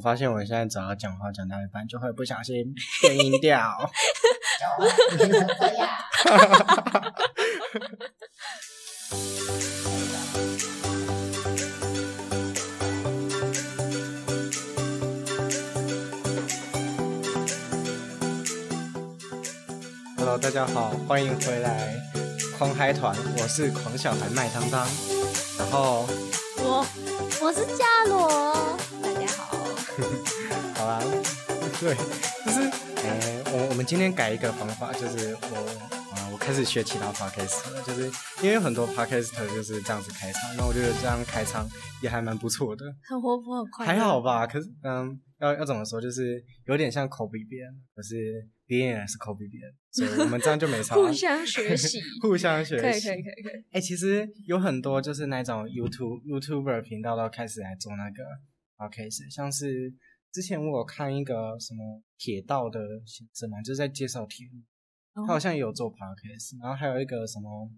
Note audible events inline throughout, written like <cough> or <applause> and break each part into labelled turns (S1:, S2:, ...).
S1: 发现我现在只要讲话讲到一半，就会不小心变音调。
S2: 就变成这样。
S1: <laughs> Hello，大家好，欢迎回来狂嗨团，我是狂小孩麦当当。然后
S3: 我我是伽罗，大家好。
S1: 好啦，对，就是诶，我我们今天改一个方法，就是我啊，我开始学其他 podcast，了就是因为很多 podcast 就是这样子开场，那我觉得这样开场也还蛮不错的，
S3: 很活泼，很快乐。
S1: 还好吧？可是嗯，要要怎么说，就是有点像口比别人，可是别人也是口比别人，所以我们这样就没差，
S3: <laughs> 互相学习
S1: 互相 <laughs> 学习，
S3: 可以可以可以可以。
S1: 哎、其实有很多就是那种 YouTube YouTuber 频道都开始来做那个 podcast，像是之前我有看一个什么铁道的先生嘛，就是在介绍铁路，他
S3: 哦
S1: 好像也有做 podcast，然后还有一个什么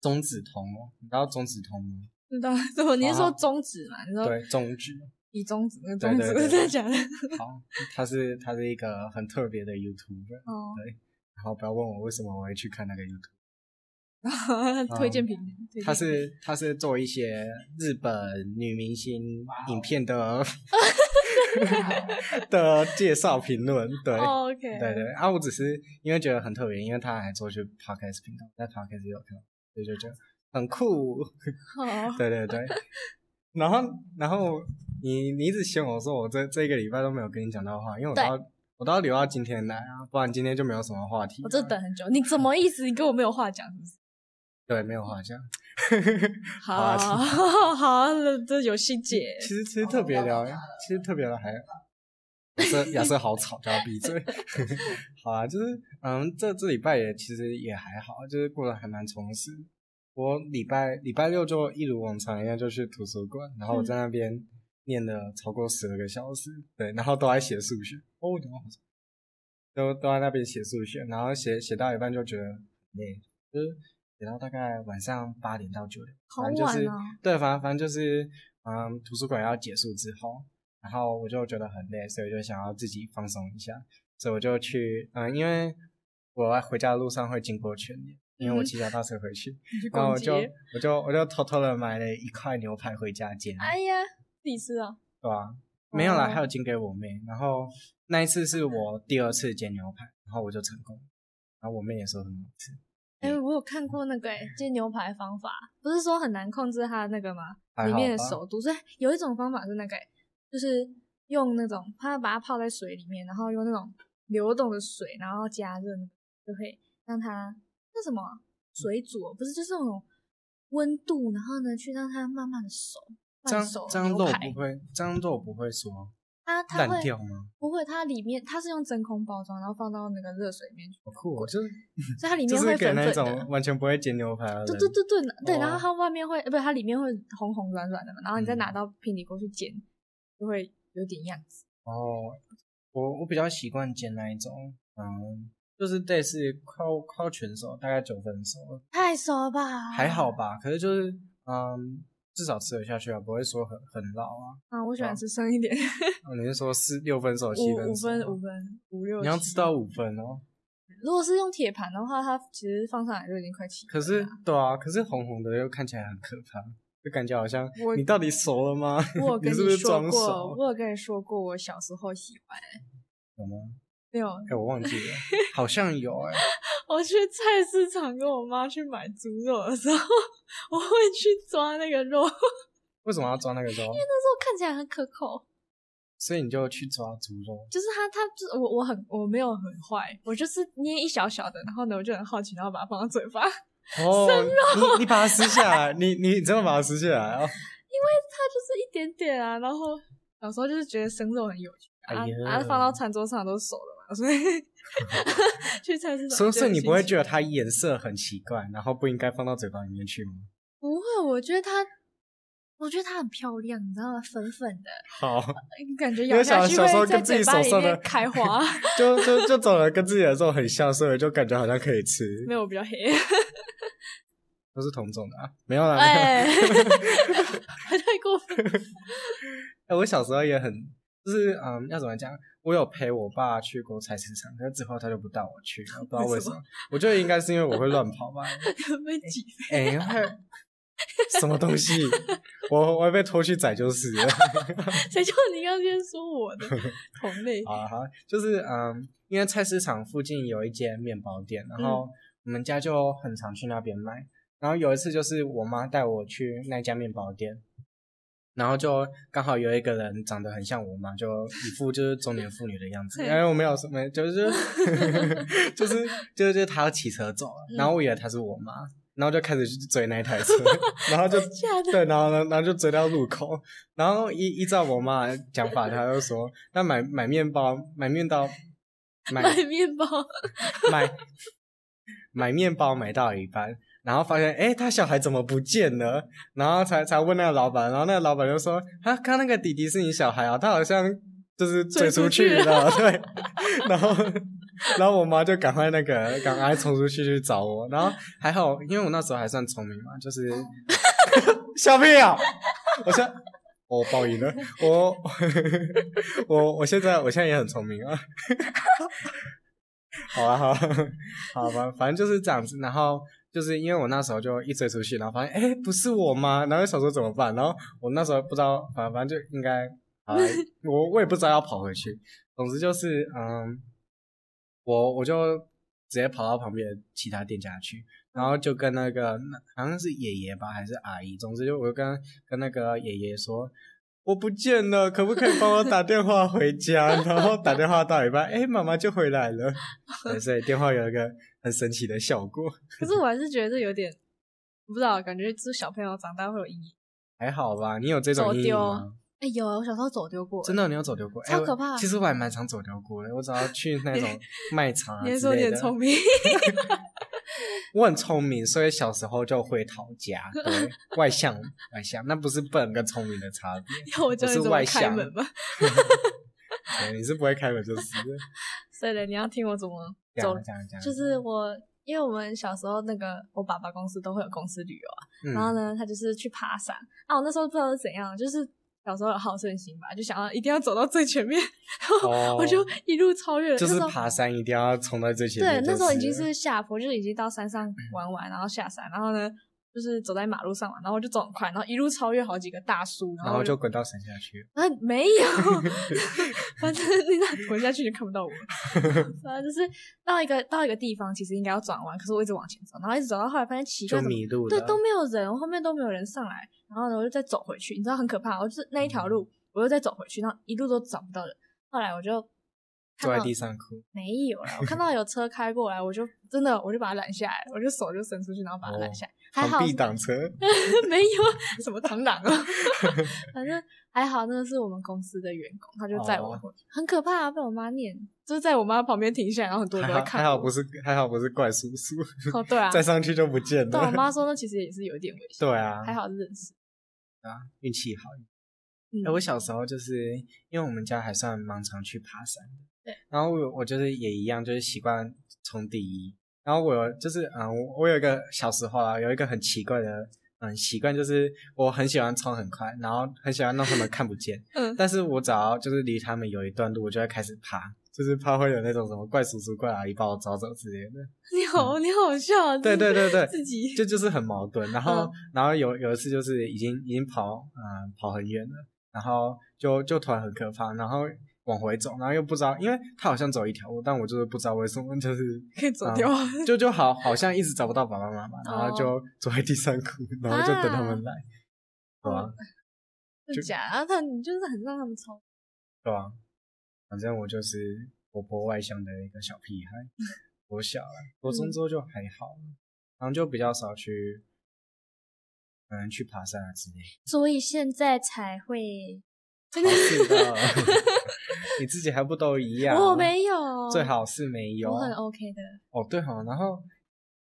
S1: 中子通哦，你知道中子通吗？
S3: 知道，我你是说
S1: 好
S3: 中指嘛？你说
S1: 对，中指。
S3: 以中指跟
S1: 对
S3: 中
S1: 对
S3: 指，
S1: 对
S3: 真的假的？
S1: 好，他是他是一个很特别的 YouTuber，
S3: 哦，
S1: 然后不要问我为什么我会去看那个 YouTube。
S3: 推荐评论，推荐
S1: 他是他是做一些日本女明星影片
S3: 哦
S1: 的 <laughs> 的介绍评论，对。
S3: 哦 OK，
S1: 对对，啊，我只是因为觉得很特别，因为他还做去 podcast 频道，在 podcast 也有看到，所以就觉得很酷。
S3: <laughs> 好，
S1: 对对对，然后然后你你一直嫌我说我这这一个礼拜都没有跟你讲到话，因为我都
S3: 对
S1: 要我都要留到今天来啊，不然今天就没有什么话题。啊
S3: 我这等很久，你什么意思？你跟我没有话讲是不是？
S1: 对没有话讲。
S3: 好
S1: 好
S3: 好
S1: 啊
S3: <laughs> 好好，那这有细节。
S1: 其实其实特别聊，其实特别聊还亚瑟亚瑟好吵，叫他闭嘴。 <laughs> 好啊，就是嗯，这这礼拜也其实也还好，就是过得还蛮充实。我礼拜礼拜六就一如往常一样就去图书馆，然后我在那边念了超过十二个小时，对，然后都在写数学。哦，我怎么好像都都在那边写数学，然后写写到一半就觉得很累，就是写到大概晚上八点到九点，
S3: 好
S1: 反正就是、
S3: 晚哦
S1: 对，反正反正就是嗯，图书馆要结束之后，然后我就觉得很累，所以就想要自己放松一下，所以我就去嗯，因为我回家的路上会经过全联，因为我
S3: 嗯哼
S1: 骑脚踏车回去，
S3: 你去
S1: 然后
S3: 逛
S1: 我就
S3: 街，
S1: 我就我就偷偷的买了一块牛排回家煎，
S3: 哎呀，自己吃啊，
S1: 对吧、没有啦，
S3: 哦
S1: 还有煎给我妹。然后那一次是我第二次煎牛排，然后我就成功了，然后我妹也说很好吃。
S3: 哎、
S1: 嗯
S3: 我有看过那个、欸、煎牛排方法，不是说很难控制它那个吗？
S1: 还
S3: 里
S1: 好
S3: 面的
S1: 吧
S3: 熟度，所以有一种方法是那个欸、就是用那种它把它泡在水里面，然后用那种流动的水，然后加热，就可以让它那什么
S1: 嗯
S3: 啊水煮哦，不是就是那种温度，然后呢去让它慢慢的熟，
S1: 这
S3: 慢
S1: 样
S3: 熟
S1: 这样
S3: 牛
S1: 肉
S3: 排
S1: 不，会，这样肉不会说
S3: 它它
S1: 烂
S3: 会
S1: 掉吗？
S3: 不会？它里面它是用真空包装，然后放到那个热水里面去，
S1: 好酷、哦，就是
S3: 所以它里
S1: 就
S3: 面
S1: 是
S3: 会
S1: 给
S3: 粉
S1: 那
S3: 粉
S1: 种
S3: 的。
S1: 完全不会煎牛排的人。
S3: 对对对对对，然
S1: 哇
S3: 后它外面会，呃不，它里面会红红软软的嘛，然后你再
S1: 哦嗯
S3: 拿到平底锅去煎，就会有点样子。
S1: 哦，我我比较习惯煎那一种，嗯，就是类似快快全熟，大概九分熟，
S3: 太熟了吧？
S1: 还好吧。可是就是嗯，至少吃得下去啊，不会说很很老啊。
S3: 啊，我喜欢
S1: 好
S3: 吃生一点，
S1: 哦你是说四六分熟、七
S3: 五五
S1: 熟吗？
S3: 分五分五六。
S1: 你要知道，五分哦。
S3: 如果是用铁盘的话，它其实放上来就已经快七分
S1: 可
S3: 了啊。
S1: 是对啊，可是红红的又看起来很可怕，就感觉好像
S3: 我
S1: 你到底熟了
S3: <laughs>
S1: 吗？
S3: 我有跟
S1: 是不是
S3: 说
S1: 装
S3: 过，
S1: 熟？
S3: 我有跟你说过，我小时候喜欢
S1: 有吗？<laughs>
S3: 没有，
S1: 哎、我忘记了，好像有哎、
S3: 我去菜市场跟我妈去买猪肉的时候， <laughs> 我会去抓那个肉， <laughs>
S1: 为什么要抓那个肉？
S3: 那时候看起来很可口。
S1: 所以你就去抓猪肉。
S3: 就是他，他就是我，我很我没有很坏，我就是捏一小小的，然后呢，我就很好奇，然后把它放到嘴巴， <laughs> 它
S1: 哦，你你把它撕下来，你你真的把它撕下来哦。
S3: 就是一点点啊。然后小时候就是觉得生肉很有趣啊
S1: 哎，呀
S3: 啊，放到餐桌上都熟了嘛，
S1: <laughs>
S3: 所以 <laughs> 去菜市场
S1: 所以
S3: 就
S1: 所以
S3: 有
S1: 你
S3: 新
S1: 不会
S3: 奇
S1: 觉得它颜色很奇怪，然后不应该放到嘴巴里面去吗？
S3: 不会，我觉得它，我觉得它很漂亮，你知道吗？粉粉的，
S1: 好，
S3: 感觉
S1: 因
S3: 咬
S1: 为
S3: 下
S1: 小
S3: 去
S1: 小时候
S3: 会在
S1: 跟自己
S3: 嘴
S1: 手
S3: 巴里
S1: 上的
S3: 面开花。，
S1: <laughs> 就就就长得跟自己的肉很像，所以就感觉好像可以吃。
S3: 没有，我比
S1: <laughs>
S3: 较黑。
S1: 都是同种的啊，没有啦。
S3: 哎 <laughs>
S1: 没有啦 <laughs>
S3: 哎，太过分了。
S1: 哎、我小时候也很就是嗯，要怎么讲？我有陪我爸去过菜市场，但之后他就不带我去，我不知道为什么。我觉得应该是因为我会乱跑 <laughs> 吧。
S3: 被挤。
S1: 哎、会什么东 <laughs> 西？我我会被拖去宰就是了。
S3: 谁叫你刚先说我的同类？ <laughs>
S1: 啊哈，就是嗯，因为菜市场附近有一间面包店，然
S3: 嗯
S1: 后我们家就很常去那边买。然后有一次就是我妈带我去那家面包店，然后就刚好有一个人长得很像我妈，就一副就是中年妇女的样子。
S3: 对
S1: 因为我没有什么，就是 <laughs> 就是就是就是她骑车走了，然后我以为她是我妈，然后就开始去追那一台车，然
S3: <laughs>
S1: 后就
S3: 假的？
S1: 对，然后呢，然后就追到路口，然后依依照我妈的讲法，她就说，那买买面包，买面包，买
S3: 买面包，
S1: <laughs>
S3: <laughs>
S1: 买买面包买到一半，然后发现，哎，他小孩怎么不见了？然后才才问那个老板，然后那个老板就说，啊，刚那个弟弟是你小孩啊，他好像就是追
S3: 追出
S1: 出去
S3: 去
S1: 了，对，然后。然后我妈就赶快那个，赶快冲出去去找我。然后还好，因为我那时候还算聪明嘛，就是小屁啊！我现在我报应了，我 <laughs> 我我现在我现在也很聪明啊。 <laughs> 好啊，好啊，好吧，反正就是这样子。然后就是因为我那时候就一追出去，然后发现哎、诶不是我吗？然后就想说怎么办？然后我那时候不知道，反反正就应该，啊，我我也不知道要跑回去。总之就是嗯，我我就直接跑到旁边的其他店家去，然后就跟那个好像是爷爷吧，还是阿姨，总之就我就跟跟那个爷爷说。我不见了，可不可以帮我打电话回家？ <laughs> 然后打电话到一半，哎、妈妈就回来了。
S3: <laughs>
S1: 对，所以电话有一个很神奇的效果。
S3: 可是我还是觉得这有点，我不知道，感觉就是小朋友长大会有阴影。
S1: 还好吧？你有这种
S3: 走
S1: 阴影
S3: 丢
S1: 吗？
S3: 哎、有啊，我小时候走丢过。
S1: 真的，你有走丢过？哎
S3: 超
S1: 我
S3: 可怕
S1: 其实我还蛮常走丢过的，我只要
S3: <laughs>
S1: 去那种卖场啊
S3: 你还
S1: 之
S3: 说你
S1: 类
S3: 很
S1: 的。
S3: 聪明， <laughs>
S1: 我很聪明，所以小时候就会逃家，对，外向外向，那不是笨跟聪明的差别。
S3: 要我教你
S1: 我是
S3: 怎么
S1: 外
S3: 开
S1: 向
S3: 门吗？ <laughs>
S1: 对，你是不会开门就是了。啊
S3: 对的，你要听我怎么
S1: 这
S3: 走
S1: 样这样这样，
S3: 就是我，因为我们小时候那个我爸爸公司都会有公司旅游啊，
S1: 嗯，
S3: 然后呢，他就是去爬山啊。我那时候不知道是怎样，就是小时候有好胜心吧，就想要一定要走到最前面， <laughs> 然后
S1: 哦
S3: 我就一路超越了。
S1: 就是
S3: 那时候
S1: 爬山一定要冲到最前
S3: 对
S1: 面，就
S3: 那时候已经
S1: 了
S3: 是下坡，就是已经到山
S1: 嗯
S3: 上玩玩，然后下山，然后呢，就是走在马路上嘛，然后我就走很快，然后一路超越好几个大叔，
S1: 然
S3: 后
S1: 后
S3: 我
S1: 就滚到山下去。
S3: 啊，没
S1: <laughs>
S3: 有，反正你那滚下去就看不到我了。然后就是到一个到一个地方，其实应该要转弯，可是我一直往前走，然后一直走到后来发现奇怪，
S1: 就
S3: 怎么
S1: 迷路
S3: 对
S1: 了
S3: 都没有人，我后面都没有人上来，然后呢我就再走回去，你知道很可怕，我就是那一
S1: 嗯
S3: 条路，我又再走回去，然后一路都找不到人。后来我就看
S1: 坐在
S3: 到
S1: 地上哭。
S3: 没有了，我看到有车开过来，我就真的我就把它拦下来，我就手就伸出去，然后把它
S1: 哦
S3: 拦下来，还好
S1: 螳臂挡车，
S3: 没有啊什么螳
S1: <laughs>
S3: 螂啊，反正还好，那个是我们公司的员工，他就载我，
S1: 哦
S3: 很可怕、啊，被我妈念，就是在我妈旁边停下来，然后很多人
S1: 还
S3: 都在
S1: 好
S3: 看
S1: 还好
S3: 我
S1: 不是还好不是怪叔叔，
S3: 哦， <laughs> 对啊，
S1: 再上去就不见
S3: 但我
S1: 了。 <laughs>
S3: 妈说那其实也是有一点危险，
S1: 对啊，
S3: 还好是认识，
S1: 啊，运气好。
S3: 嗯，
S1: 哎、我小时候就是因为我们家还算蛮常去爬山的，
S3: 对，
S1: 然后我有我就是也一样，就是习惯冲第一。然后我有就是嗯，我我有一个小时候啊，有一个很奇怪的嗯习惯，就是我很喜欢冲很快，然后很喜欢让他们看不见。
S3: 嗯
S1: 但是我只要就是离他们有一段路，我就会开始爬，就是怕会有那种什么怪叔叔、怪阿姨把我抓走之类的。
S3: 你好，你好笑啊，
S1: 嗯对对对对，
S3: <laughs> 自己
S1: 这就是很矛盾。然后，
S3: 嗯
S1: 然后有有一次就是已经已经跑，嗯、跑很远了，然后就就突然很可怕，然后往回走，然后又不知道，因为他好像走一条路，但我就是不知道为什么，就是
S3: 可以走掉啊，
S1: 就就好好像一直找不到爸爸妈妈，然后
S3: 哦
S1: 就坐在地上哭，然后就等他们来，对吧、啊
S3: 啊哦真的假的？然后他你就是很让他们冲，
S1: 对吧、啊反正我就是活泼外向的一个小屁孩，
S3: <laughs>
S1: 我小了，国
S3: 嗯
S1: 中之后就还好了，然后就比较少去。嗯，去爬山啊之类的
S3: 所以现在才会，真
S1: 好
S3: 的，
S1: 事
S3: <laughs>
S1: 的，你自己还不都一样？
S3: 我没有，
S1: 最好是没有。啊
S3: 我很 OK 的，
S1: 哦，对哈、然后 <laughs>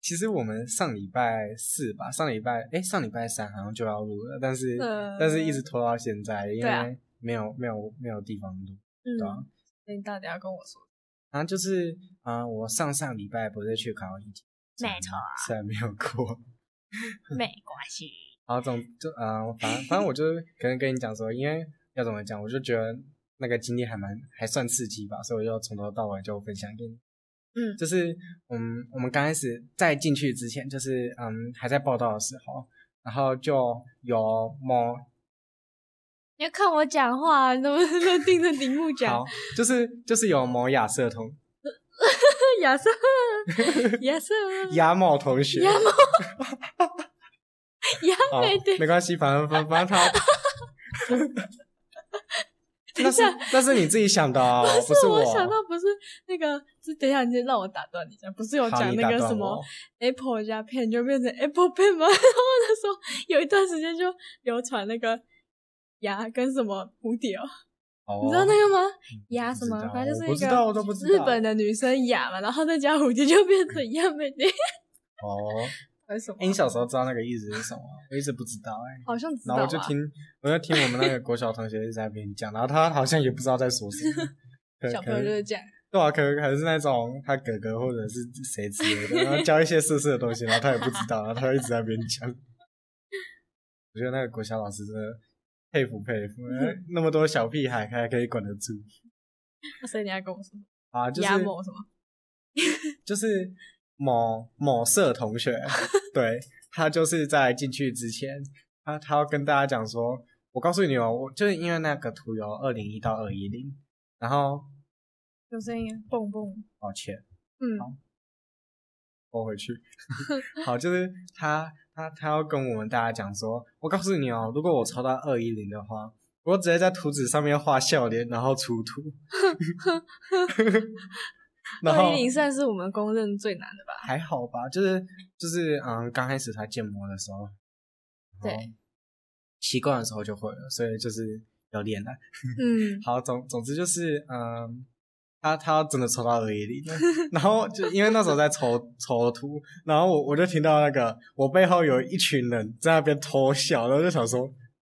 S1: 其实我们上礼拜四吧，上礼拜哎，上礼拜三好像就要录了，但是、
S3: 嗯
S1: 但是一直拖到现在，因
S3: 对啊
S1: 为没有、没有没有地方录。对啊
S3: 嗯，所以你到底要跟我说？
S1: 然后就是啊、呃我上上礼拜不是去考一级，
S3: 没错
S1: 啊，虽然没有过。
S3: 没关系，
S1: 然后总就嗯、呃反正反正我就是可能跟你讲说，因为要怎么讲，我就觉得那个经历还蛮还算刺激吧，所以我就从头到尾就分享给你。
S3: 嗯
S1: 就是嗯，我们刚开始在进去之前，就是嗯还在报道的时候，然后就有某
S3: 你要看我讲话，你怎么都盯着铃木讲
S1: 好？，就是就是有某亚社同 <laughs>
S3: 亚瑟，亚瑟，
S1: 亚某同
S3: <laughs>
S1: 学，
S3: 亚
S1: 某
S3: 亚美对，
S1: 没关系，反正反
S3: <laughs>
S1: 反正他。
S3: 等
S1: 那
S3: 一
S1: 是
S3: 下
S1: 那是你自己想的、
S3: <laughs>
S1: 哦，不
S3: 是
S1: 我
S3: 我想到不是那个，是等一下你先让我打断你一下，不是有
S1: 好
S3: 讲
S1: 你
S3: 那
S1: 打
S3: 个
S1: 断
S3: 什么
S1: 我
S3: Apple 加 Pen 就变成 Apple Pen 吗？然后 <laughs> 那时候有一段时间就流传那个牙跟什么蝴蝶哦，
S1: 哦
S3: 你知道那个吗？
S1: 嗯
S3: 牙
S1: 不
S3: 什
S1: 知
S3: 么
S1: 道
S3: 反正就是
S1: 我不
S3: 一
S1: 知
S3: 个
S1: 道，我都不知
S3: 日
S1: 道
S3: 本的女生雅嘛，然后再加蝴蝶就变成亚 <laughs> 美丽，
S1: 哦。
S3: 还是什
S1: <laughs>
S3: 么
S1: 哎，？你小时候知道那个意思是什么？我一直不知道哎、
S3: 好像知
S1: 然
S3: 道
S1: 后我就
S3: 啊，
S1: 听，我就听我们那个国小同学一直在那边讲，然后他好像也不知道在说什
S3: <laughs>
S1: 么。可
S3: 小
S1: 可
S3: 朋友就
S1: 能
S3: 是这样。
S1: 对啊，可能还是那种他哥哥或者是谁之类的，然后教一些色色的东西，然后他也不知道，然后他就一直在那边讲。我觉得那个国小老师真的佩服佩服，那么多小屁孩还可以管得住
S3: 所以你要跟我说
S1: 啊！就是
S3: 亚某什么？
S1: 就是某某社同学，对他就是在进去之前，他他要跟大家讲说，我告诉你哦，我就是因为那个图有二零一到二一零，然后
S3: 有声音，啊蹦蹦，
S1: 抱歉，
S3: 嗯，
S1: 我回去， <laughs> 好，就是他他他要跟我们大家讲说，我告诉你哦，如果我抽到二一零的话。我直接在图纸上面画笑脸，然后出图， <laughs> 然后
S3: 二一零算是我们公认最难的吧？
S1: 还好吧，就是就是嗯，刚开始他建模的时候，
S3: 对，
S1: 习惯的时候就会了，所以就是有练啊了。 <laughs>
S3: 嗯，
S1: 好，总总之就是嗯，他他真的抽到二一零， <laughs> 然后就因为那时候在抽抽图，然后我我就听到那个我背后有一群人在那边偷笑，然后就想说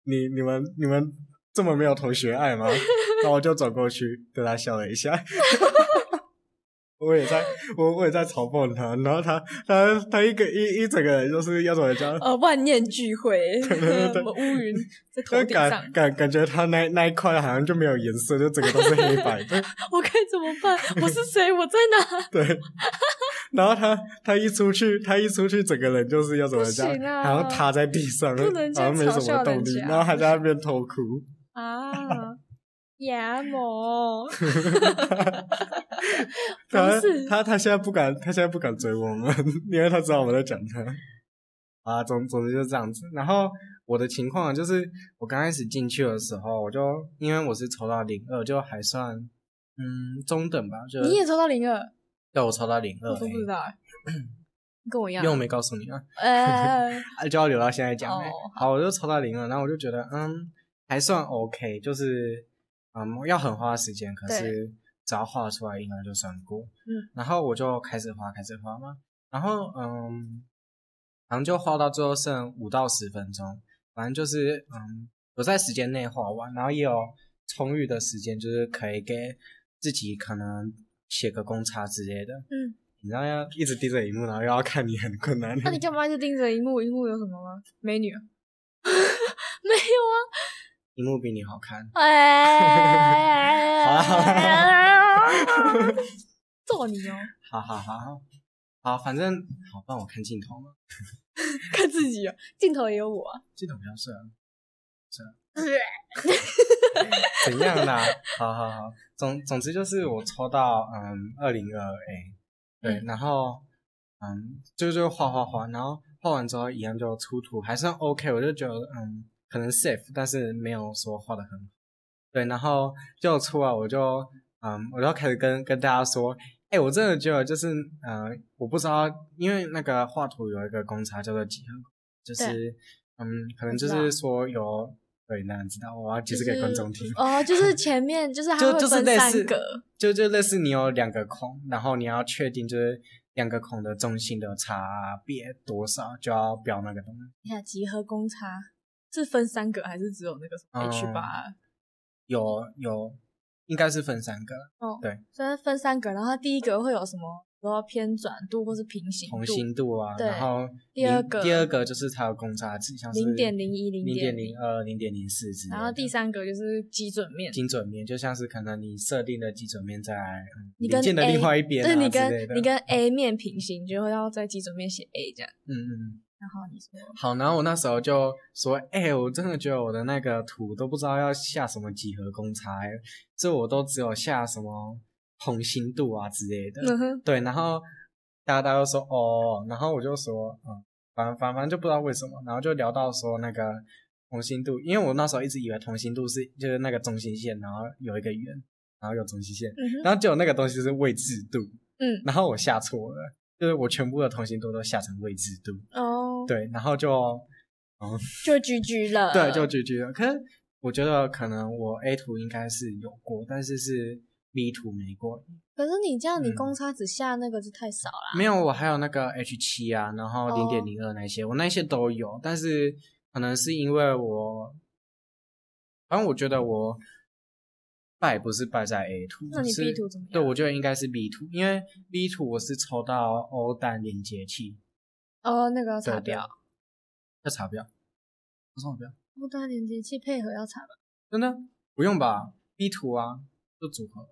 S1: 你你们你们这么没有同学爱吗？然后我就走过去对他笑了一下。 <laughs> 我也在，我我也在嘲讽他，然后他他他一个一一整个人就是要怎么讲，
S3: 呃，万念俱灰，
S1: 对对
S3: <laughs> 什么
S1: <laughs>
S3: 乌云在头
S1: 就
S3: 顶上
S1: 感，感感觉他那那一块好像就没有颜色，就整个都是黑白的。
S3: 我该怎么办？我是谁？我在哪？
S1: 对，然后他他一出去，他一出去，整个人就是要怎么
S3: 不
S1: 讲
S3: 行，啊
S1: 好像趴在地上，
S3: 不能这
S1: 好
S3: 样
S1: 像没什么动
S3: 嘲笑
S1: 力，
S3: 人家
S1: 然后还在那边
S3: <laughs>
S1: 偷哭。
S3: 啊，牙某，
S1: 啊他
S3: 不是
S1: 他他现在不敢，他现在不敢追我们， <laughs> 因为他知道我们在讲他。啊，总总之就是这样子。然后我的情况啊就是，我刚开始进去的时候，我就因为我是抽到零二，就还算嗯中等吧，就
S3: 你也抽到零二，
S1: 对我抽到零二
S3: 我，都不知道欸，跟我一
S1: 因
S3: 样
S1: 为。我没告诉你啊。 <laughs>
S3: 呃，
S1: 啊，就要留到现在讲、欸。
S3: 哦
S1: 好，我就抽到零了，然后我就觉得，嗯，还算 OK，就是，嗯，要很花时间，可是只要画出来，应该就算过。
S3: 嗯，
S1: 然后我就开始画，开始画嘛，然后，嗯，好像就画到最后剩五到十分钟，反正就是，嗯，我在时间内画完，然后也有充裕的时间，就是可以给自己可能写个公差之类的。
S3: 嗯。
S1: 你知道要一直盯着荧幕，然后又要看你很困难。
S3: 那你干嘛一直盯着荧幕？荧幕有什么吗？美女啊？ <laughs> 没有
S1: 荧幕比你好
S3: <laughs>
S1: 看。
S3: 啊！哎，
S1: 好啦好啦
S3: 揍你哦！
S1: 好好好好，好，反正好，帮我看镜头嘛，
S3: <laughs> 看自己哦，镜头也有我啊。
S1: 镜头比较帅啊，帅啊。 <laughs> 怎样啦？好好好，总总之就是我抽到嗯二零二 A，对，
S3: 嗯
S1: 然后嗯就就画画画，然后画完之后一样就出图，还算 OK，我就觉得嗯可能 safe，但是没有说画的很好。对，然后就出来我就嗯，我就开始跟跟大家说，哎、我真的觉得就是呃，我不知道，因为那个画图有一个公差叫做几何公，就是嗯，可能就
S3: 我
S1: 是
S3: 知
S1: 说有对，那你知道，我要解
S3: 就
S1: 释
S3: 是
S1: 给观众听，
S3: 哦，就是前面就是它
S1: 就
S3: 会
S1: 就是
S3: 分
S1: 类
S3: 三
S1: 似
S3: 格，
S1: 就就类似你有两个孔，然后你要确定就是两个孔的中心的差别多少，就要标那个东西。
S3: 你看集合公差是分三格还是只有那个什
S1: 嗯
S3: 么 H 八、
S1: 有有，应该是分三个，
S3: 哦，
S1: 对，
S3: 所以它分三格，然后它第一格会有什么然后偏转度或是平行
S1: 同
S3: 度，
S1: 心度啊，
S3: 对
S1: 然后
S3: 第二
S1: 零
S3: 个
S1: 第二个就是它有公差值，像是
S3: 0.01
S1: 零点零二、零点零四之类的。
S3: 然后第三个就是基准面，
S1: 精准面，就像是可能你设定的基准面在嗯
S3: 你
S1: 零
S3: 跟
S1: 件的
S3: A-
S1: 另外一边
S3: 对，
S1: 啊
S3: 你
S1: 之类
S3: 跟
S1: 的。
S3: 你跟 A 面平行，就会要在基准面写 A 这样。
S1: 嗯嗯嗯。
S3: 然后你说
S1: 好，然后我那时候就说，哎、我真的觉得我的那个图都不知道要下什么几何公差，这我都只有下什么红心度啊之类的。
S3: 嗯哼，
S1: 对，然后大家大家都说哦，然后我就说嗯，反反反正就不知道为什么，然后就聊到说那个同心度，因为我那时候一直以为同心度是就是那个中心线，然后有一个圆，然后有中心线，
S3: 嗯哼，
S1: 然后结果那个东西是位置度，
S3: 嗯，
S1: 然后我下错了，就是我全部的同心度都下成位置度，
S3: 哦，，
S1: 对，然后就
S3: 就 GG <laughs> 了，
S1: 对就 GG 了。可是我觉得可能我 A 图应该是有过，但是是 B 图没过，
S3: 可是你这样，你
S1: 嗯
S3: 公差只下那个就太少了。
S1: 没有，我还有那个 H 七啊，然后零
S3: 哦
S1: 点零二那些，我那些都有，但是可能是因为我，反正我觉得我败不是败在 A 图，
S3: 那你
S1: 是
S3: B 图怎么样
S1: 对，我觉得应该是 B 图，因为 B 图我是抽到欧蛋连接器，
S3: 哦，那个要查
S1: 对对
S3: 表，
S1: 要查表，不查表，
S3: 后端连接器配合要查表。
S1: 真的不用吧？B 图啊，就组合，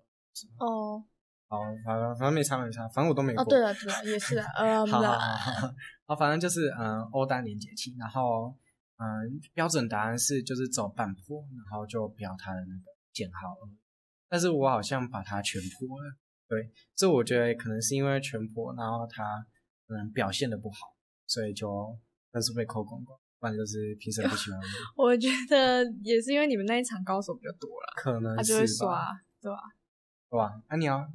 S3: 哦，
S1: 好，反正反正没差没差，反正我都没过。
S3: 哦，对了对了，也
S1: <laughs>
S3: 是啊，呃，
S1: 好好
S3: 啦
S1: 好好，好，反正就是嗯，欧单连接器，然后嗯，标准答案是就是走半坡，然后就标它的那个减号而已但是我好像把它全坡了，对，这我觉得可能是因为全坡，然后它可能表现的不好，所以就分数被扣光光，不然就是评审不喜
S3: <laughs>
S1: 欢我，
S3: 我觉得也是因为你们那一场高手比较多了，
S1: 可能
S3: 他
S1: 是
S3: 就会
S1: 吧，
S3: 刷，对吧？
S1: 对吧？啊，你要，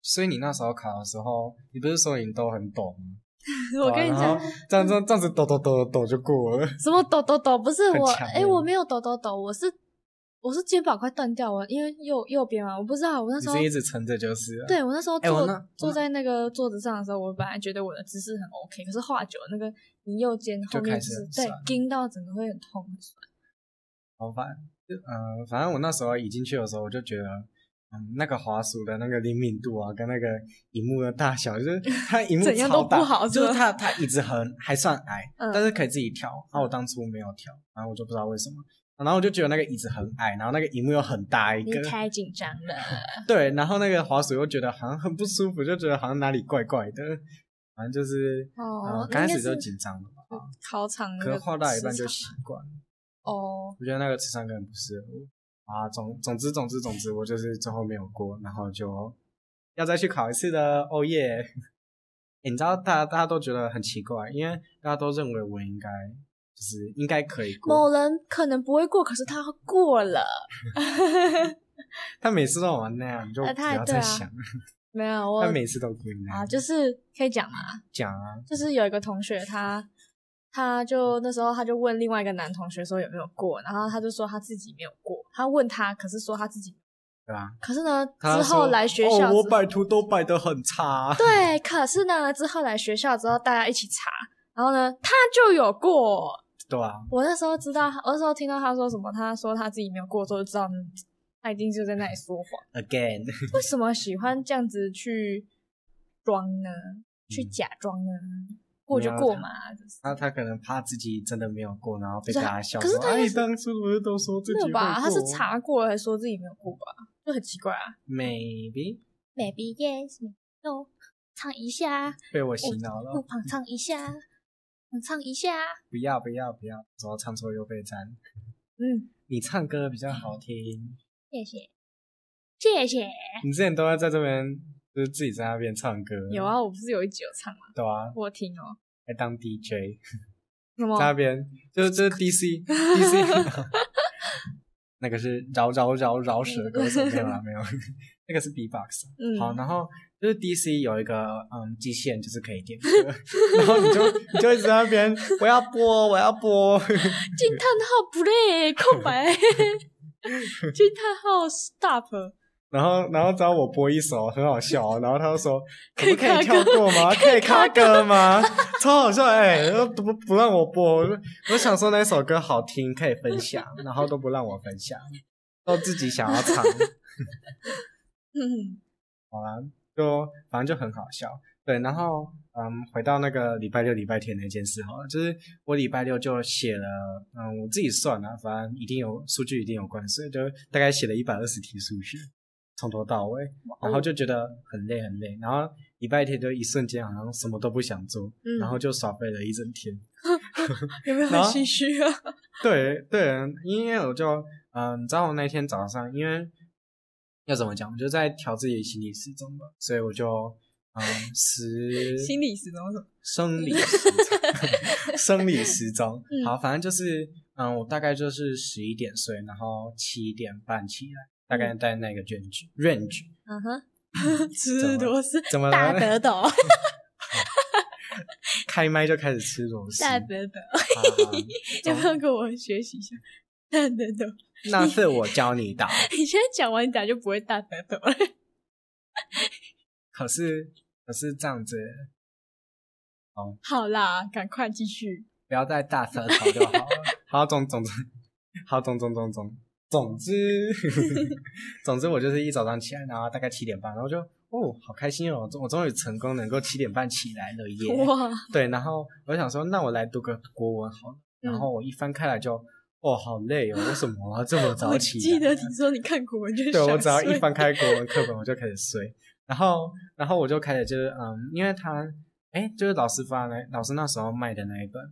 S1: 所以你那时候考的时候，你不是说你都很抖吗？
S3: <laughs> 我跟你
S1: 对啊
S3: 讲嗯
S1: 然，后这样这样这样子抖抖抖抖抖就过了。
S3: 什么抖抖抖？不是
S1: 很
S3: 我，
S1: 强欸
S3: 哎、
S1: 烈
S3: 我没有抖抖抖，我是我是肩膀快断掉了，因为右右边嘛，我不知道，我 <laughs> 那时
S1: 你
S3: 候
S1: 是一直撑着就是了。
S3: 对我那时候
S1: 哎
S3: 坐、
S1: 我那我
S3: 坐
S1: 那
S3: 在那个桌子上的时候，我本来觉得我的姿势很 OK，可是画久了那个你右肩后
S1: 就
S3: 面
S1: 开
S3: 就
S1: 始
S3: 是
S1: 很
S3: 对
S1: 酸
S3: 筋到整个会很痛很酸。
S1: 好烦。就呃，反正我那时候一进去的时候，我就觉得，嗯，那个滑鼠的那个灵敏度啊，跟那个荧幕的大小，就是它荧幕
S3: <laughs> 怎样都
S1: 超大，
S3: 不好是
S1: 就是
S3: 吧
S1: 它它椅子很还算矮，
S3: 嗯
S1: 但是可以自己调。然后我当初没有调，然后我就不知道为什么。然后我就觉得那个椅子很矮，然后那个荧幕又很大一
S3: 你
S1: 个，
S3: 太紧张了，
S1: 对，然后那个滑鼠又觉得好像很不舒服，就觉得好像哪里怪怪的，反正就是，
S3: 哦
S1: 呃刚开
S3: 那应该
S1: 始就是紧张了吧，
S3: 考场那
S1: 啊可
S3: 个
S1: 能画到一半
S3: 磁
S1: 就
S3: 场
S1: 习惯了。
S3: 哦，
S1: 我觉得那个磁场可能不适合我啊。总总之总之总之，我就是最后没有过，然后就要再去考一次的。哦耶！ <laughs> 欸你知道大家大家都觉得很奇怪，因为大家都认为我应该就是应该可以
S3: 某
S1: 过，
S3: 人可能不会过，可是他过了。
S1: 他每次都玩那样，你就
S3: 呃
S1: 不
S3: 他
S1: 要
S3: 对
S1: 再
S3: 啊
S1: 想，
S3: 没有我
S1: 他每次都故意那
S3: 啊，
S1: 样
S3: 就是可以讲嘛，
S1: 讲啊，
S3: 就是有一个同学他。他就那时候他就问另外一个男同学说有没有过，然后他就说他自己没有过。他问他，可是说他自己，
S1: 对吧？
S3: 可是呢
S1: 他
S3: 之后
S1: 说
S3: 来学校之
S1: 哦，
S3: 后、
S1: 我摆图都摆得很差，
S3: 对，可是呢，之后来学校之后，大家一起查，然后呢，他就有过。
S1: 对啊，
S3: 我那时候知道，我那时候听到他说什么，他说他自己没有过之后，就知道嗯他一定就在那里 <laughs> 说谎。
S1: ，again， <laughs>
S3: 为什么喜欢这样子去装呢？去
S1: 嗯
S3: 假装呢？过就
S1: 没有
S3: 过
S1: 他
S3: 嘛。
S1: 那他可能怕自己真的没有过，然后被
S3: 不
S1: 大
S3: 是啊
S1: 家笑
S3: 可是
S1: 说，
S3: 他应该
S1: 哎，
S3: 是
S1: 当初不是都说自
S3: 没
S1: 己
S3: 有
S1: 会
S3: 吧？他是
S1: 过
S3: 查过了还说自己没有过吧，就很奇怪啊。 <laughs>
S1: ，maybe。
S3: Maybe yes, maybe no，唱一下，
S1: 被我洗脑
S3: 不
S1: 了，
S3: 旁唱一下，旁唱一下。
S1: 不要不要不要，主要唱错又被赞。
S3: 嗯，
S1: 你唱歌比较好听，
S3: 谢谢，谢谢。
S1: 你之前都要在这边，就是自己在那边唱歌。
S3: 有，啊，我不是有一集有唱吗？
S1: 对啊，
S3: 我有听哦。
S1: 还当 DJ，
S3: 什
S1: 在那
S3: 么？
S1: 边就是就是 DC DC，那个是饶饶饶饶舌歌手没有啦没有， <laughs> 那个是 B-box。
S3: 嗯，
S1: 好，然后就是 DC 有一个嗯机器人，就是可以点歌， <laughs> 然后你就你就一直在那边我要播我要播，
S3: 惊叹号 play 空白，
S1: <laughs>
S3: 惊叹号 stop。
S1: 然后，然后找我播一首，很好笑、哦。然后他就说：“
S3: 可以
S1: 可不可以
S3: 卡歌
S1: 跳过吗？可以卡
S3: 卡
S1: 歌吗？”超好笑哎、都不不让我播，我就我想说那首歌好听，可以分享，然后都不让我分享，都自己想要唱。
S3: 嗯，
S1: 好啦，就反正就很好笑。对，然后嗯，回到那个礼拜六、礼拜天那件事好了，就是我礼拜六就写了，嗯，我自己算了、反正一定有数据，一定有关系，就大概写了一百二十题数学，从头到尾，然后就觉得很累很累，然后礼拜天就一瞬间好像什么都不想做，
S3: 嗯
S1: 然后就耍废了一整天。
S3: 有没有很
S1: 然后
S3: 心虚啊？
S1: 对对，因为我就嗯，你知道我那天早上，因为要怎么讲，我就在调自己的心理时钟吧，所以我就嗯十
S3: 心理时钟是什么？
S1: 生理时钟， <laughs> 生理时钟
S3: 嗯。
S1: 好，反正就是嗯，我大概就是十一点睡，然后七点半起来，大概在那个 range range
S3: 嗯哼，吃
S1: 么
S3: 螺丝，
S1: 怎么
S3: 大
S1: 了？
S3: 得斗，
S1: <laughs> 开麦就开始吃螺丝。
S3: 大得斗，
S1: 好
S3: <laughs>
S1: 好
S3: 要
S1: 总
S3: 不要跟我学习一下？大得斗，
S1: 那次我教你啊打，
S3: 你现在讲完，你等下就不会大得斗了。 <laughs>
S1: 可是可是这样子。
S3: 好啦，赶快继续。
S1: 不要再大舌头就好了。 <laughs> 好，总总之，好总总总总总之， <laughs> 总之我就是一早上起来，然后大概七点半，然后就哦，好开心哦，我终于成功能够七点半起来了耶。
S3: 哇，
S1: 对，然后我想说，那我来读个国文好了。然后我一翻开来就，哦，好累哦，为什么我要这么早
S3: 我
S1: 起来？
S3: 记得你说你看古文就
S1: 对我
S3: 想
S1: 只要一
S3: 睡
S1: 翻开国文课本，我就开始睡。然后，然后我就开始就是嗯，因为他哎，就是老师发那老师那时候卖的那一本，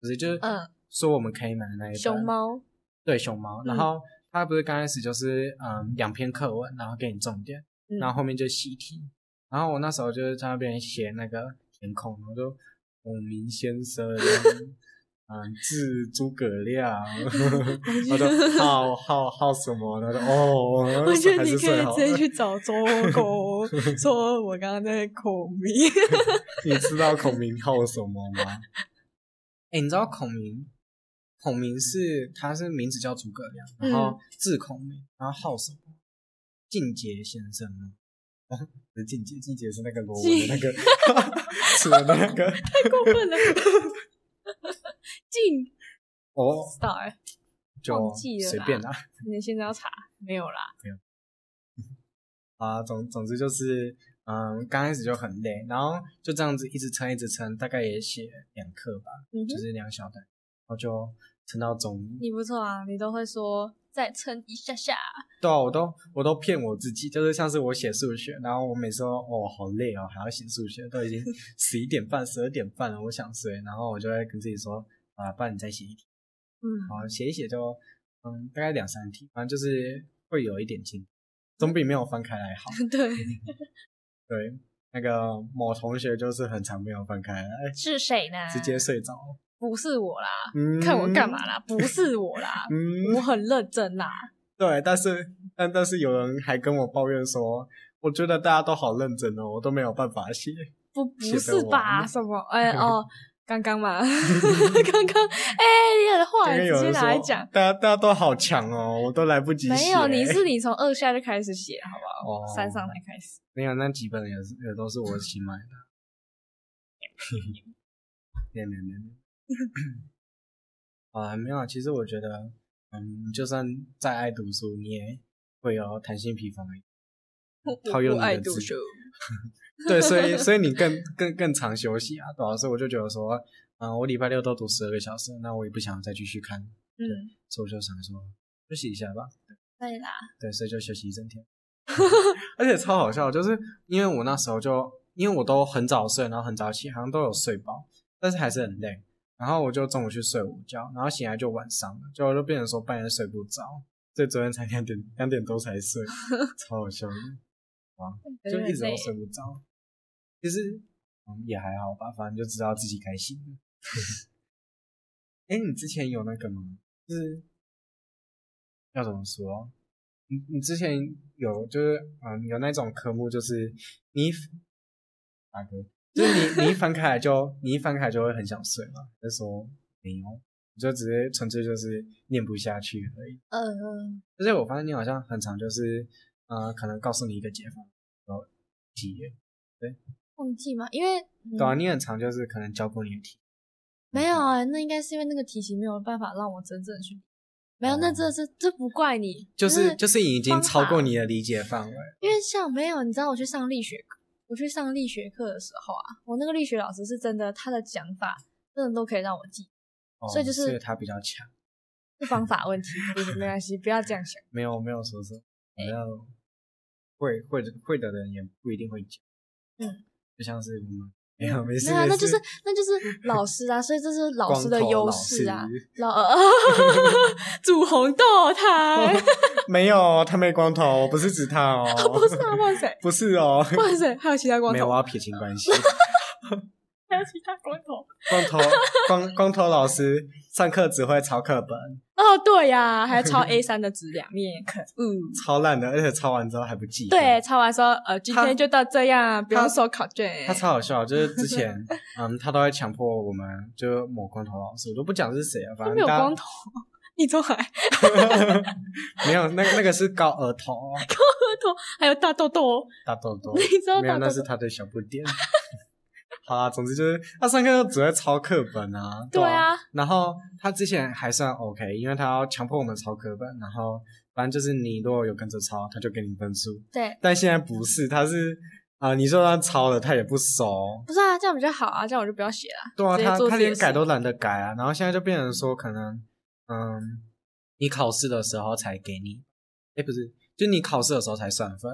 S1: 不是就是
S3: 嗯
S1: 说我们可以买的那一本
S3: 熊猫，
S1: 对熊猫。然
S3: 嗯
S1: 后他不是刚开始就是嗯两篇课文，然后给你重点，
S3: 嗯
S1: 然后后面就习题。然后我那时候就是在那边写那个填空，我就孔明先
S3: <laughs>
S1: 生，嗯，字诸葛亮， <laughs> 我就好好好什么，然后就哦，
S3: <laughs> 我觉得
S1: 还是
S3: 你可
S1: 最
S3: 以
S1: 好
S3: 直接去找周
S1: <laughs>
S3: 公，说我刚刚在口迷。
S1: 你知道孔明好什么吗？ <laughs> 哎、你知道孔明？孔明是他是名字叫诸葛亮，然后字孔明，然后号什么？进阶先生吗？ <laughs> 哦，不是进阶，进阶是那个罗文的那个，是的那 <laughs> 个
S3: 过分了。 <laughs> 进
S1: 哦，
S3: star，
S1: 就
S3: 忘记了啦
S1: 随便啦
S3: 你现在要查没有啦？
S1: 啊，总总之就是，嗯，刚开始就很累，然后就这样子一直撑，一直撑，大概也写两课吧，
S3: 嗯
S1: 就
S3: 哼，
S1: 是两小段，然后就撑到中午。
S3: 你不错啊，你都会说再撑一下下。
S1: 对啊，我都我都骗我自己，就是像是我写数学，然后我每次都哦好累哦，还要写数学，都
S3: <laughs>
S1: 已经十一点半、十二点半了，我想睡，然后我就会跟自己说啊，不然你再写一题，
S3: 嗯，
S1: 好写一写就嗯大概两三题，反正就是会有一点进，总比没有翻开
S3: <laughs>
S1: 来好。
S3: 嗯对，
S1: 对，那个某同学就是很常没有翻开来，哎
S3: 是谁呢？
S1: 直接睡着。
S3: 不是我啦，
S1: 嗯，
S3: 啊看我干？嘛啦？不是我啦，我
S1: 嗯，
S3: 很认真啦。
S1: 对，但是但但是有人还跟我抱怨说，我觉得大家都好认真哦，我都没有办法写。
S3: 不，不
S1: 写
S3: 是
S1: 得我嗯
S3: 吧？
S1: 吗
S3: 什么？
S1: <laughs>
S3: 哎哦，刚刚嘛，刚刚哎，你很
S1: 刚刚
S3: 坏，直
S1: 有
S3: 接
S1: 人
S3: 拿来讲
S1: 说，。大家大家都好强哦，我都来不及写。
S3: 没有，
S1: <laughs>
S3: 你是你从二下就开始写，好不好？
S1: 哦
S3: 三上才开始。
S1: 没有那几本也是也都是我新买的。 <laughs> 没有没有没有。没有啊，没有啊，其实我觉得，嗯，就算再爱读书，你也会有弹性疲乏而已。 <laughs> 套用你
S3: 我不
S1: 的
S3: 爱
S1: 字
S3: 读书，
S1: 对，所
S3: <laughs>
S1: 以所以你更更更常休息啊，对吧、所以我就觉得说，嗯、我礼拜六都读十二个小时，那我也不想再继续看，
S3: 嗯，
S1: 所以我就想说休息一下吧。
S3: 对啦，
S1: 对，所以就休息一整天。而且超好笑，就是因为我那时候就因为我都很早睡，然后很早起，好像都有睡饱，但是还是很累。然后我就中午去睡午觉，然后醒来就晚上了，就就变成说半夜睡不着，所以昨天才两点两点多才睡，超好笑的，就一直都睡不着。其实嗯也还好吧，反正就知道自己开心了。 <laughs> 哎、你之前有那个吗？就是要怎么说？你你之前有就是嗯有那种科目，就是你一大哥，就是你你一翻开来就你一翻开来就会很想睡嘛。就说没有，你就直接纯粹就是念不下去而已。
S3: 嗯嗯，
S1: 而且我发现你好像很常就是呃可能告诉你一个解法，然后题耶，
S3: 忘记吗？因为、嗯
S1: 对啊，你很常就是可能教过你的题，
S3: 没有啊、那应该是因为那个题型没有办法让我真正去。没有，那这这这不怪你，
S1: 哦就是
S3: 就
S1: 就是已经
S3: 方
S1: 超
S3: 法
S1: 过你的理解范围。
S3: 因为像没有，你知道我去上力学课，我我去上力学课的时候啊，我那个力学老师是真的，他的讲法真的都可以让我记，
S1: 哦、
S3: 所以就是
S1: 他比较强，
S3: 是方法问题，不是没关系，不要这样想。
S1: 没有没有说是没有会会的会的人也不一定会讲，
S3: 嗯，
S1: 就像是我们没有没事，
S3: 没有啊，
S1: 没
S3: 那就是
S1: 事
S3: 那就是老师啊，所以这是老
S1: 光
S3: 师的
S1: 头
S3: 优
S1: 老
S3: 势啊。
S1: 师
S3: 老 <laughs> 煮红豆汤，
S1: 没有他没光头，我不是指他哦，
S3: <laughs> 不是啊，
S1: <laughs>
S3: 哇塞，
S1: 不是哦，
S3: 哇塞，还有其他光
S1: 没有，啊
S3: 头
S1: 我，要撇清关
S3: <laughs>
S1: 系。
S3: 还有其他光头。
S1: 光头 <laughs> 光光头老师上课只会抄课本，
S3: <laughs> 哦，对呀，还抄 A 三的质量面，可
S1: <laughs>
S3: 恶。
S1: 抄烂的，而且抄完之后还不记。
S3: 对，，抄完说，呃，今
S1: 他
S3: 天就到这样，不
S1: 他
S3: 用收考卷。
S1: 他超好笑，就是之
S3: <laughs>
S1: 前嗯，他都会强迫我们，就某光头老师，我都不讲是谁了，反正
S3: 他没有
S1: 大家
S3: 光头，你都还
S1: <laughs> 没有，那个那个是高额头，
S3: 还有大痘痘，
S1: 大豆豆
S3: <laughs> 你，知道
S1: 哦没有，
S3: 大
S1: 那
S3: 痘
S1: 是
S3: 痘？
S1: 他的小不点。 <laughs> 好啦，总之就是他上课就只会抄课本啊，
S3: 对
S1: 啊。
S3: 啊，
S1: 然后他之前还算 OK，因为他要强迫我们抄课本，然后反正就是你如果有跟着抄，他就给你分数。
S3: 对，
S1: 但现在不是，他是啊、你说他抄了，他也不熟，
S3: 不是啊，这样比较好啊，这样我就不要写了。
S1: 对啊，
S3: 直接
S1: 他
S3: 做
S1: 他
S3: 自己的
S1: 连
S3: 事
S1: 改都懒得改啊。然后现在就变成说，可能嗯，你考试的时候才给你，哎，不是，就你考试的时候才算分，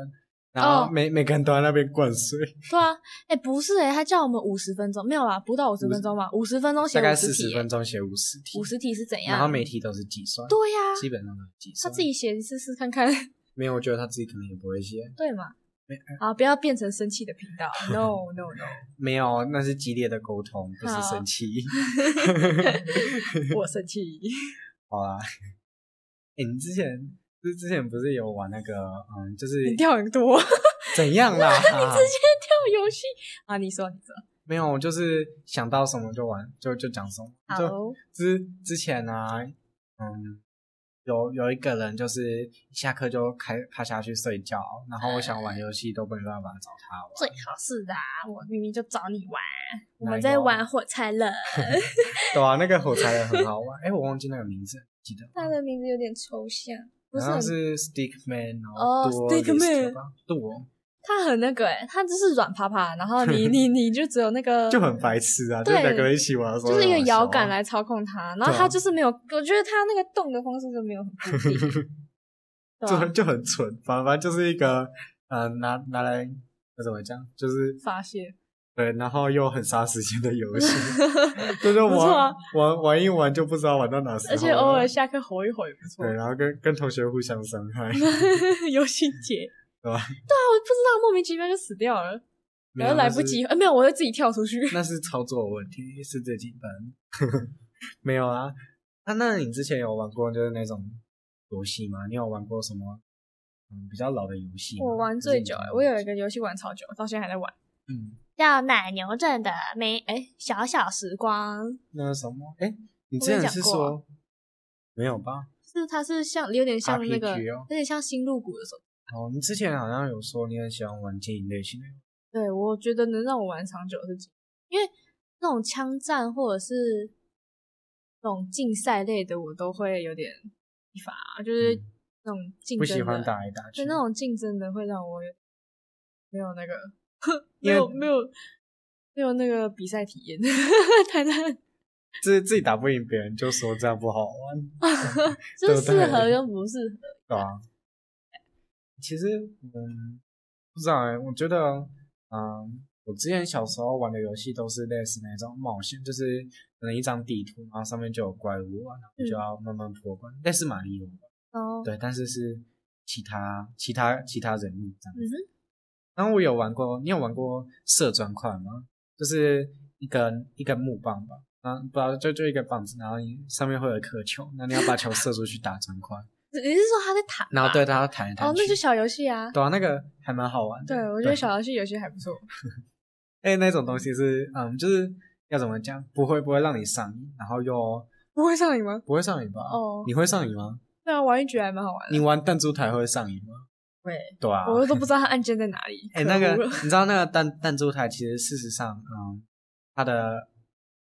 S1: 然后
S3: 哦
S1: 每、每个人都在那边灌水，
S3: 对啊，哎，不是哎，他叫我们五十分钟，没有啦，不到五十分钟吧，五十分钟写
S1: 大概
S3: 五
S1: 四
S3: 十
S1: 十
S3: 题，
S1: 分钟写五十题
S3: 五，十题是怎样？
S1: 然后每题都是计算，
S3: 对呀、
S1: 基本上都是计
S3: 他
S1: 算。
S3: 自己写试试看看，
S1: 没有，我觉得他自己可能也不会写，
S3: 对嘛
S1: 没？哎
S3: 好，不要变成生气的频
S1: <laughs>
S3: 道，no no no，
S1: 没有，那是激烈的沟通，不是
S3: 好
S1: 生气。
S3: 我生气。
S1: 好啦，哎、你之前就是之前不是有玩那个嗯，就是
S3: 你掉很多， <laughs> 掉
S1: 怎样
S3: <laughs>
S1: 啦？啊
S3: 游戏啊！你说，你说，
S1: 没有，就是想到什么就玩，就就讲什么。就
S3: 好，
S1: 之之前啊，嗯，有有一个人就是一下课就开趴下去睡觉，然后我
S3: 哎
S1: 想玩游戏都没办法找他玩。
S3: 最好是的啊，我明明就找你玩，我
S1: 哪
S3: 们
S1: 一
S3: 在
S1: 个啊
S3: 玩火柴人，
S1: 对啊，那个火柴人很好玩。哎、我忘记那个名字，记得吗。
S3: 他的名字有点抽象，不是
S1: 好像
S3: 很，
S1: 是 Stickman，然
S3: 哦
S1: 后
S3: Stickman
S1: 多
S3: 他很那个哎，他就是软趴趴，然
S1: <laughs>
S3: 后你你你就只有那个
S1: 就很白痴啊，就
S3: 对
S1: 两个人一起玩的时候
S3: 就是一个
S1: 很好笑啊
S3: 摇杆来操控它，然后
S1: 对啊
S3: 它就是没有，我觉得它那个动的方式就没有很固定，
S1: <laughs>
S3: 对
S1: 就
S3: 啊
S1: 很就很蠢，反反正就是一个呃拿拿来那怎么讲，就是
S3: 发泄。
S1: 对，然后又很杀时间的游
S3: <laughs>
S1: 戏，就是
S3: 不错
S1: 玩、
S3: 啊
S1: 玩玩一玩就不知道玩到哪时候了，
S3: 而且偶尔下课吼一吼也不错
S1: 对，。然后跟跟同学互相伤
S3: <laughs>
S1: 害，
S3: 游戏节，
S1: <laughs> 对吧
S3: 对啊，我不知道莫名其妙就死掉了，
S1: 没
S3: 然
S1: 有啊
S3: 后来不，及，呃，没有，我就自己跳出去。
S1: 那是那是操作问题，是这几班 <laughs> 没有啊。那那你之前有玩过就是那种游戏吗？你有玩过什么嗯比较老的游戏吗？
S3: <laughs> 我玩
S1: 就是
S3: 最
S1: 你
S3: 久欸
S1: 玩，
S3: 我有一个游戏玩超久，到现在还在玩，
S1: 嗯，
S3: 叫奶牛镇的美哎小小时光，
S1: 那什么？哎，你
S3: 我
S1: 之
S3: 跟
S1: 前
S3: 你讲
S1: 是
S3: 过啊
S1: 说没有吧？
S3: 是它是像有点像那个
S1: RPG 哦
S3: 有点像新入谷的手机。
S1: 哦，你之前好像有说你很喜欢玩经营类型的游戏，
S3: 对，我觉得能让我玩长久的是竞，因为那种枪战或者是那种竞赛类的，我都会有点疲乏，啊就是
S1: 嗯
S3: 那种竞
S1: 不
S3: 争
S1: 喜
S3: 的，
S1: 欢打来打去
S3: 对。那种竞争的会让我有没有那个
S1: 因
S3: 没
S1: 为
S3: 有 <laughs> 没有没有那个比赛体验， <laughs> 太难，
S1: 自自己打不赢别人就说这样不好玩，
S3: 就
S1: 对
S3: 是
S1: 不
S3: 适合
S1: 对
S3: 跟不适合。
S1: 对吧、其实，嗯，不知道哎、我觉得，嗯，我之前小时候玩的游戏都是类似那种冒险，就是可能一张地图，然后上面就有怪物啊，然后你
S3: 嗯
S1: 就要慢慢破关，类似马里奥吧，
S3: 然后
S1: 对，但是是其他其他其他人物这样
S3: 嗯哼，
S1: 然后我有玩过，你有玩过射砖块吗？就是一根一根木棒吧，啊，不知道就就一个棒子，然后你上面会有一颗球，那你要把球射出去打砖块，
S3: 你是说他在弹
S1: 然后对它要弹一弹
S3: 哦，那就小游戏啊。
S1: 对啊，那个还蛮好玩的。
S3: 对，我觉得小游戏有些还不错。
S1: 哎、那种东西是嗯，就是要怎么讲，不会不会让你上瘾，然后又
S3: 不会上瘾吗？
S1: 不会上瘾吧？
S3: 哦
S1: 你会上瘾吗？
S3: 对啊，玩一局还蛮好玩的。
S1: 你玩弹珠台会上瘾吗？
S3: 会，
S1: 对啊，
S3: 我都不知道它按键在哪里。
S1: 哎、
S3: 可
S1: 那个
S3: <laughs> 恶了
S1: 你知道那个弹弹珠台，其实事实上，嗯，它的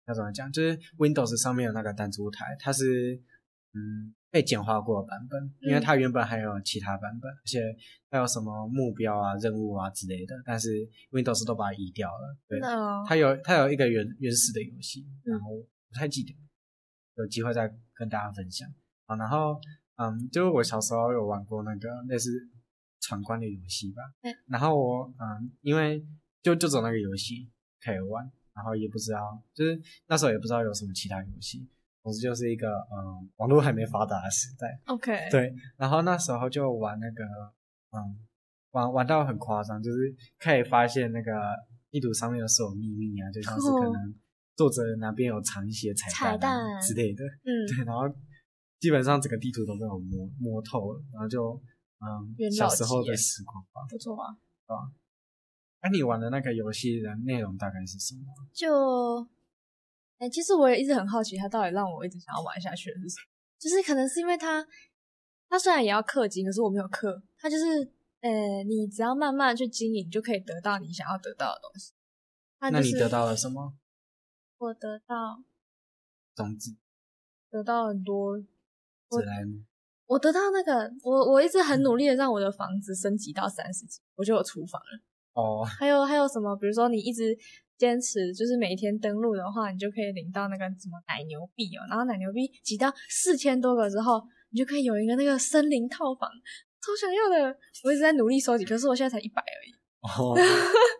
S1: 要怎么讲，就是 Windows 上面有那个弹珠台，它是嗯被简化过的版本，因为
S3: 嗯
S1: 它原本还有其他版本，而且它有什么目标啊、任务啊之类的，但是 Windows 都把它移掉了。对，
S3: 那哦
S1: 它有它有一个原原始的游戏，然后不太记得，有机会再跟大家分享。啊，然后嗯，就是我小时候有玩过那个类似闯关的游戏吧，
S3: 嗯
S1: 然后我嗯，因为就就走那个游戏可以玩，然后也不知道，就是那时候也不知道有什么其他游戏，总之就是一个嗯，网络还没发达的时代，
S3: OK，
S1: 对， <laughs> 然后那时候就玩那个，嗯，玩玩到很夸张，就是可以发现那个地图上面有所有秘密啊，就像是可
S3: 哦
S1: 能作者哪边有藏一些彩
S3: 彩
S1: 蛋啊
S3: 蛋
S1: 之类的，
S3: 嗯，
S1: 对，然后基本上整个地图都被我摸摸透了，然后就嗯，
S3: 元
S1: 小
S3: 老
S1: 时候
S3: 级
S1: 的
S3: 耶
S1: 时光吧。
S3: 不错啊。
S1: 那、你玩的那个游戏的内容大概是什么？
S3: 就，哎、其实我也一直很好奇，它到底让我一直想要玩下去的是什么？就是可能是因为它，它虽然也要氪金，可是我没有氪，它就是，呃，你只要慢慢去经营，就可以得到你想要得到的东西。它
S1: 那
S3: 就
S1: 你
S3: 是
S1: 得到了什么
S3: 我得到
S1: 种子？
S3: 得到很多，
S1: 紫
S3: 我
S1: 莱
S3: <laughs>
S1: 姆
S3: 我得到那个，我我一直很努力的让我的房子升级到三十级，我就有厨房了。
S1: 哦，
S3: 还有还有什么？比如说你一直坚持，就是每一天登录的话，你就可以领到那个什么奶牛币哦。然后奶牛币集到四千多个之后，你就可以有一个那个森林套房，超想要的。我一直在努力收集，可是我现在才一百而已。
S1: 哦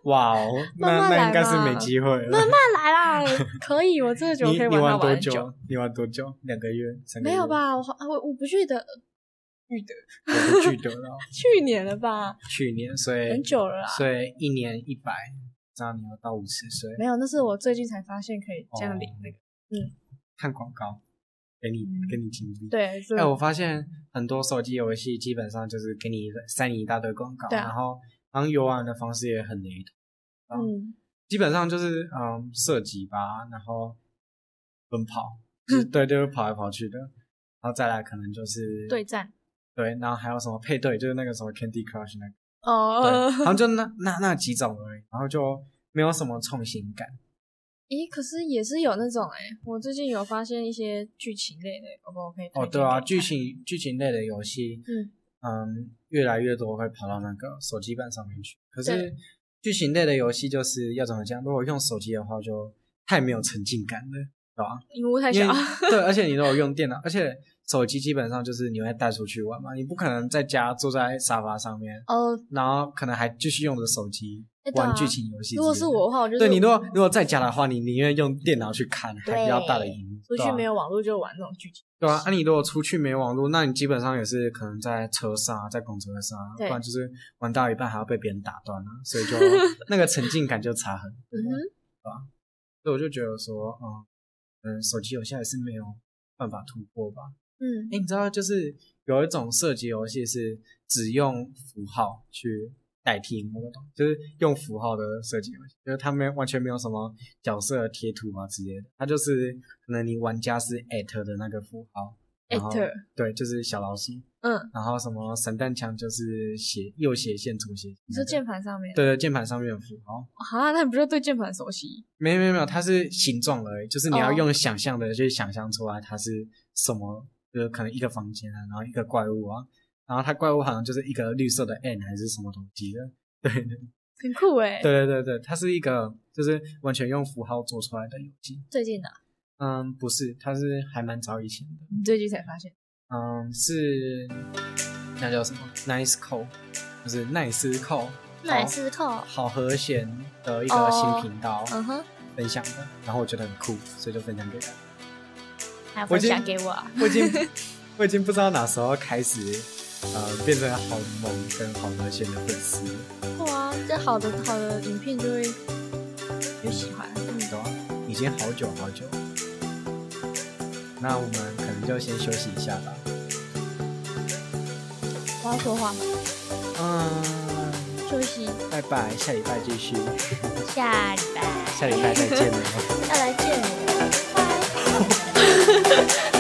S1: 哇哦，
S3: 慢
S1: 那那
S3: 慢来
S1: 应该是
S3: 嘛
S1: 没机会了。
S3: 慢来啦， <laughs> 可以，我真的觉得我
S1: 你
S3: 可以
S1: 你
S3: 玩
S1: 玩
S3: 到
S1: 多
S3: 玩很久。
S1: 久？啊你玩多久？两个月？三个
S3: 没
S1: 月
S3: 有？吧？我好我我不记得
S1: 我不记得
S3: <laughs>
S1: 了，
S3: 去年了吧？
S1: 去年，所以
S3: 很久了啦。
S1: 所以一年一百，这样你要到五十岁。
S3: 没有，那是我最近才发现可以这样领
S1: 哦
S3: 那个。
S1: 看广告，给你
S3: 嗯
S1: 给你金币。。
S3: 对，是
S1: 哎、我发现很多手机游戏基本上就是给你塞你一大堆广告，
S3: 对啊
S1: 然后好像游玩的方式也很雷同，啊
S3: 嗯，
S1: 基本上就是嗯射击吧，然后奔
S3: <laughs>
S1: 跑，就是对，就是跑来跑去的，然后再来可能就是
S3: 对战
S1: 对，然后还有什么配对，就是那个什么 Candy Crush 那个。
S3: 哦
S1: 对，。然后就那那那几种而已，然后就没有什么创新感。
S3: 咦，可是也是有那种哎、我最近有发现一些剧情类的，宝宝可以推
S1: 哦，
S3: 荐
S1: 对啊，
S3: 给你
S1: 剧
S3: 看
S1: 情剧情类的游戏，
S3: 嗯
S1: 嗯，越来越多会跑到那个手机版上面去。可是
S3: 对
S1: 剧情类的游戏就是要怎么讲？如果用手机的话，就太没有沉浸感了，对吧、
S3: 荧幕太
S1: 因
S3: 小
S1: 为，对，而且你如果用电脑，而且手机基本上就是你会带出去玩嘛，你不可能在家坐在沙发上面，
S3: <laughs> 哦，
S1: 然后可能还继续用着手机
S3: 哎对
S1: 玩
S3: 啊
S1: 剧情游戏之类的。
S3: 如果是我的话，我就是
S1: 对你如果如果在家的话，你宁愿用电脑去看，还比较大的
S3: 对
S1: 荧幕。
S3: 出
S1: 对
S3: 去
S1: 啊
S3: 没有网络就玩那种剧情，
S1: 对啊，那、你如果出去没网络，那你基本上也是可能在车上啊，在公车上啊，不
S3: 对
S1: 然就是玩到一半还要被别人打断啊，所
S3: <laughs>
S1: 以就那个沉浸感就差很多。
S3: 嗯哼，
S1: 所以我就觉得说，嗯嗯，手机游戏还是没有办法突破吧。
S3: 嗯，
S1: 哎，你知道就是有一种射击游戏是只用符号去代替某个东西，就是用符号的射击游戏，就是它没有完全没有什么角色贴图啊之类的，它就是可能你玩家是 at 的那个符号然后
S3: at
S1: 对，就是小老鼠，
S3: 嗯，
S1: 然后什么散弹枪就是斜右斜线左斜线
S3: 你
S1: 那
S3: 说
S1: 个，
S3: 键盘上面，
S1: 对对键盘上面有符号，
S3: 啊，那你不就对键盘熟悉？
S1: 没有没有没有，它是形状而已，就是你要
S3: 哦
S1: 用想象的去想象出来它是什么，就是可能一个房间啊，然后一个怪物啊，然后它怪物好像就是一个绿色的 N 还是什么东西的，对对
S3: 很酷哎、
S1: 对对对，它是一个就是完全用符号做出来的游戏。
S3: 最近的、啊，
S1: 嗯，不是，它是还蛮早以前的，
S3: 你最近才发现，
S1: 嗯，是那叫什么 Nice Call，就是奈斯扣，
S2: 奶丝扣，
S1: 好和弦的一个新频道
S3: 嗯哼，
S1: 分享的，然后我觉得很酷，所以就分享给大家。
S2: 还
S1: 我已
S2: 啊分
S1: 经
S2: 享给我。
S1: <laughs> 我已经我已经不知道哪时候开始，呃，变成好萌跟好和弦的粉丝，
S3: <laughs> 哇，这好的好的影片就会就喜欢，嗯
S1: 对吧？已经好久好久。那我们可能就先休息一下吧。
S3: 我要说话吗？
S1: 嗯，
S3: 休息，
S1: 拜拜，下礼拜继续，
S2: 下礼拜
S1: <laughs> 下礼拜再见了。
S2: 要来见我，拜。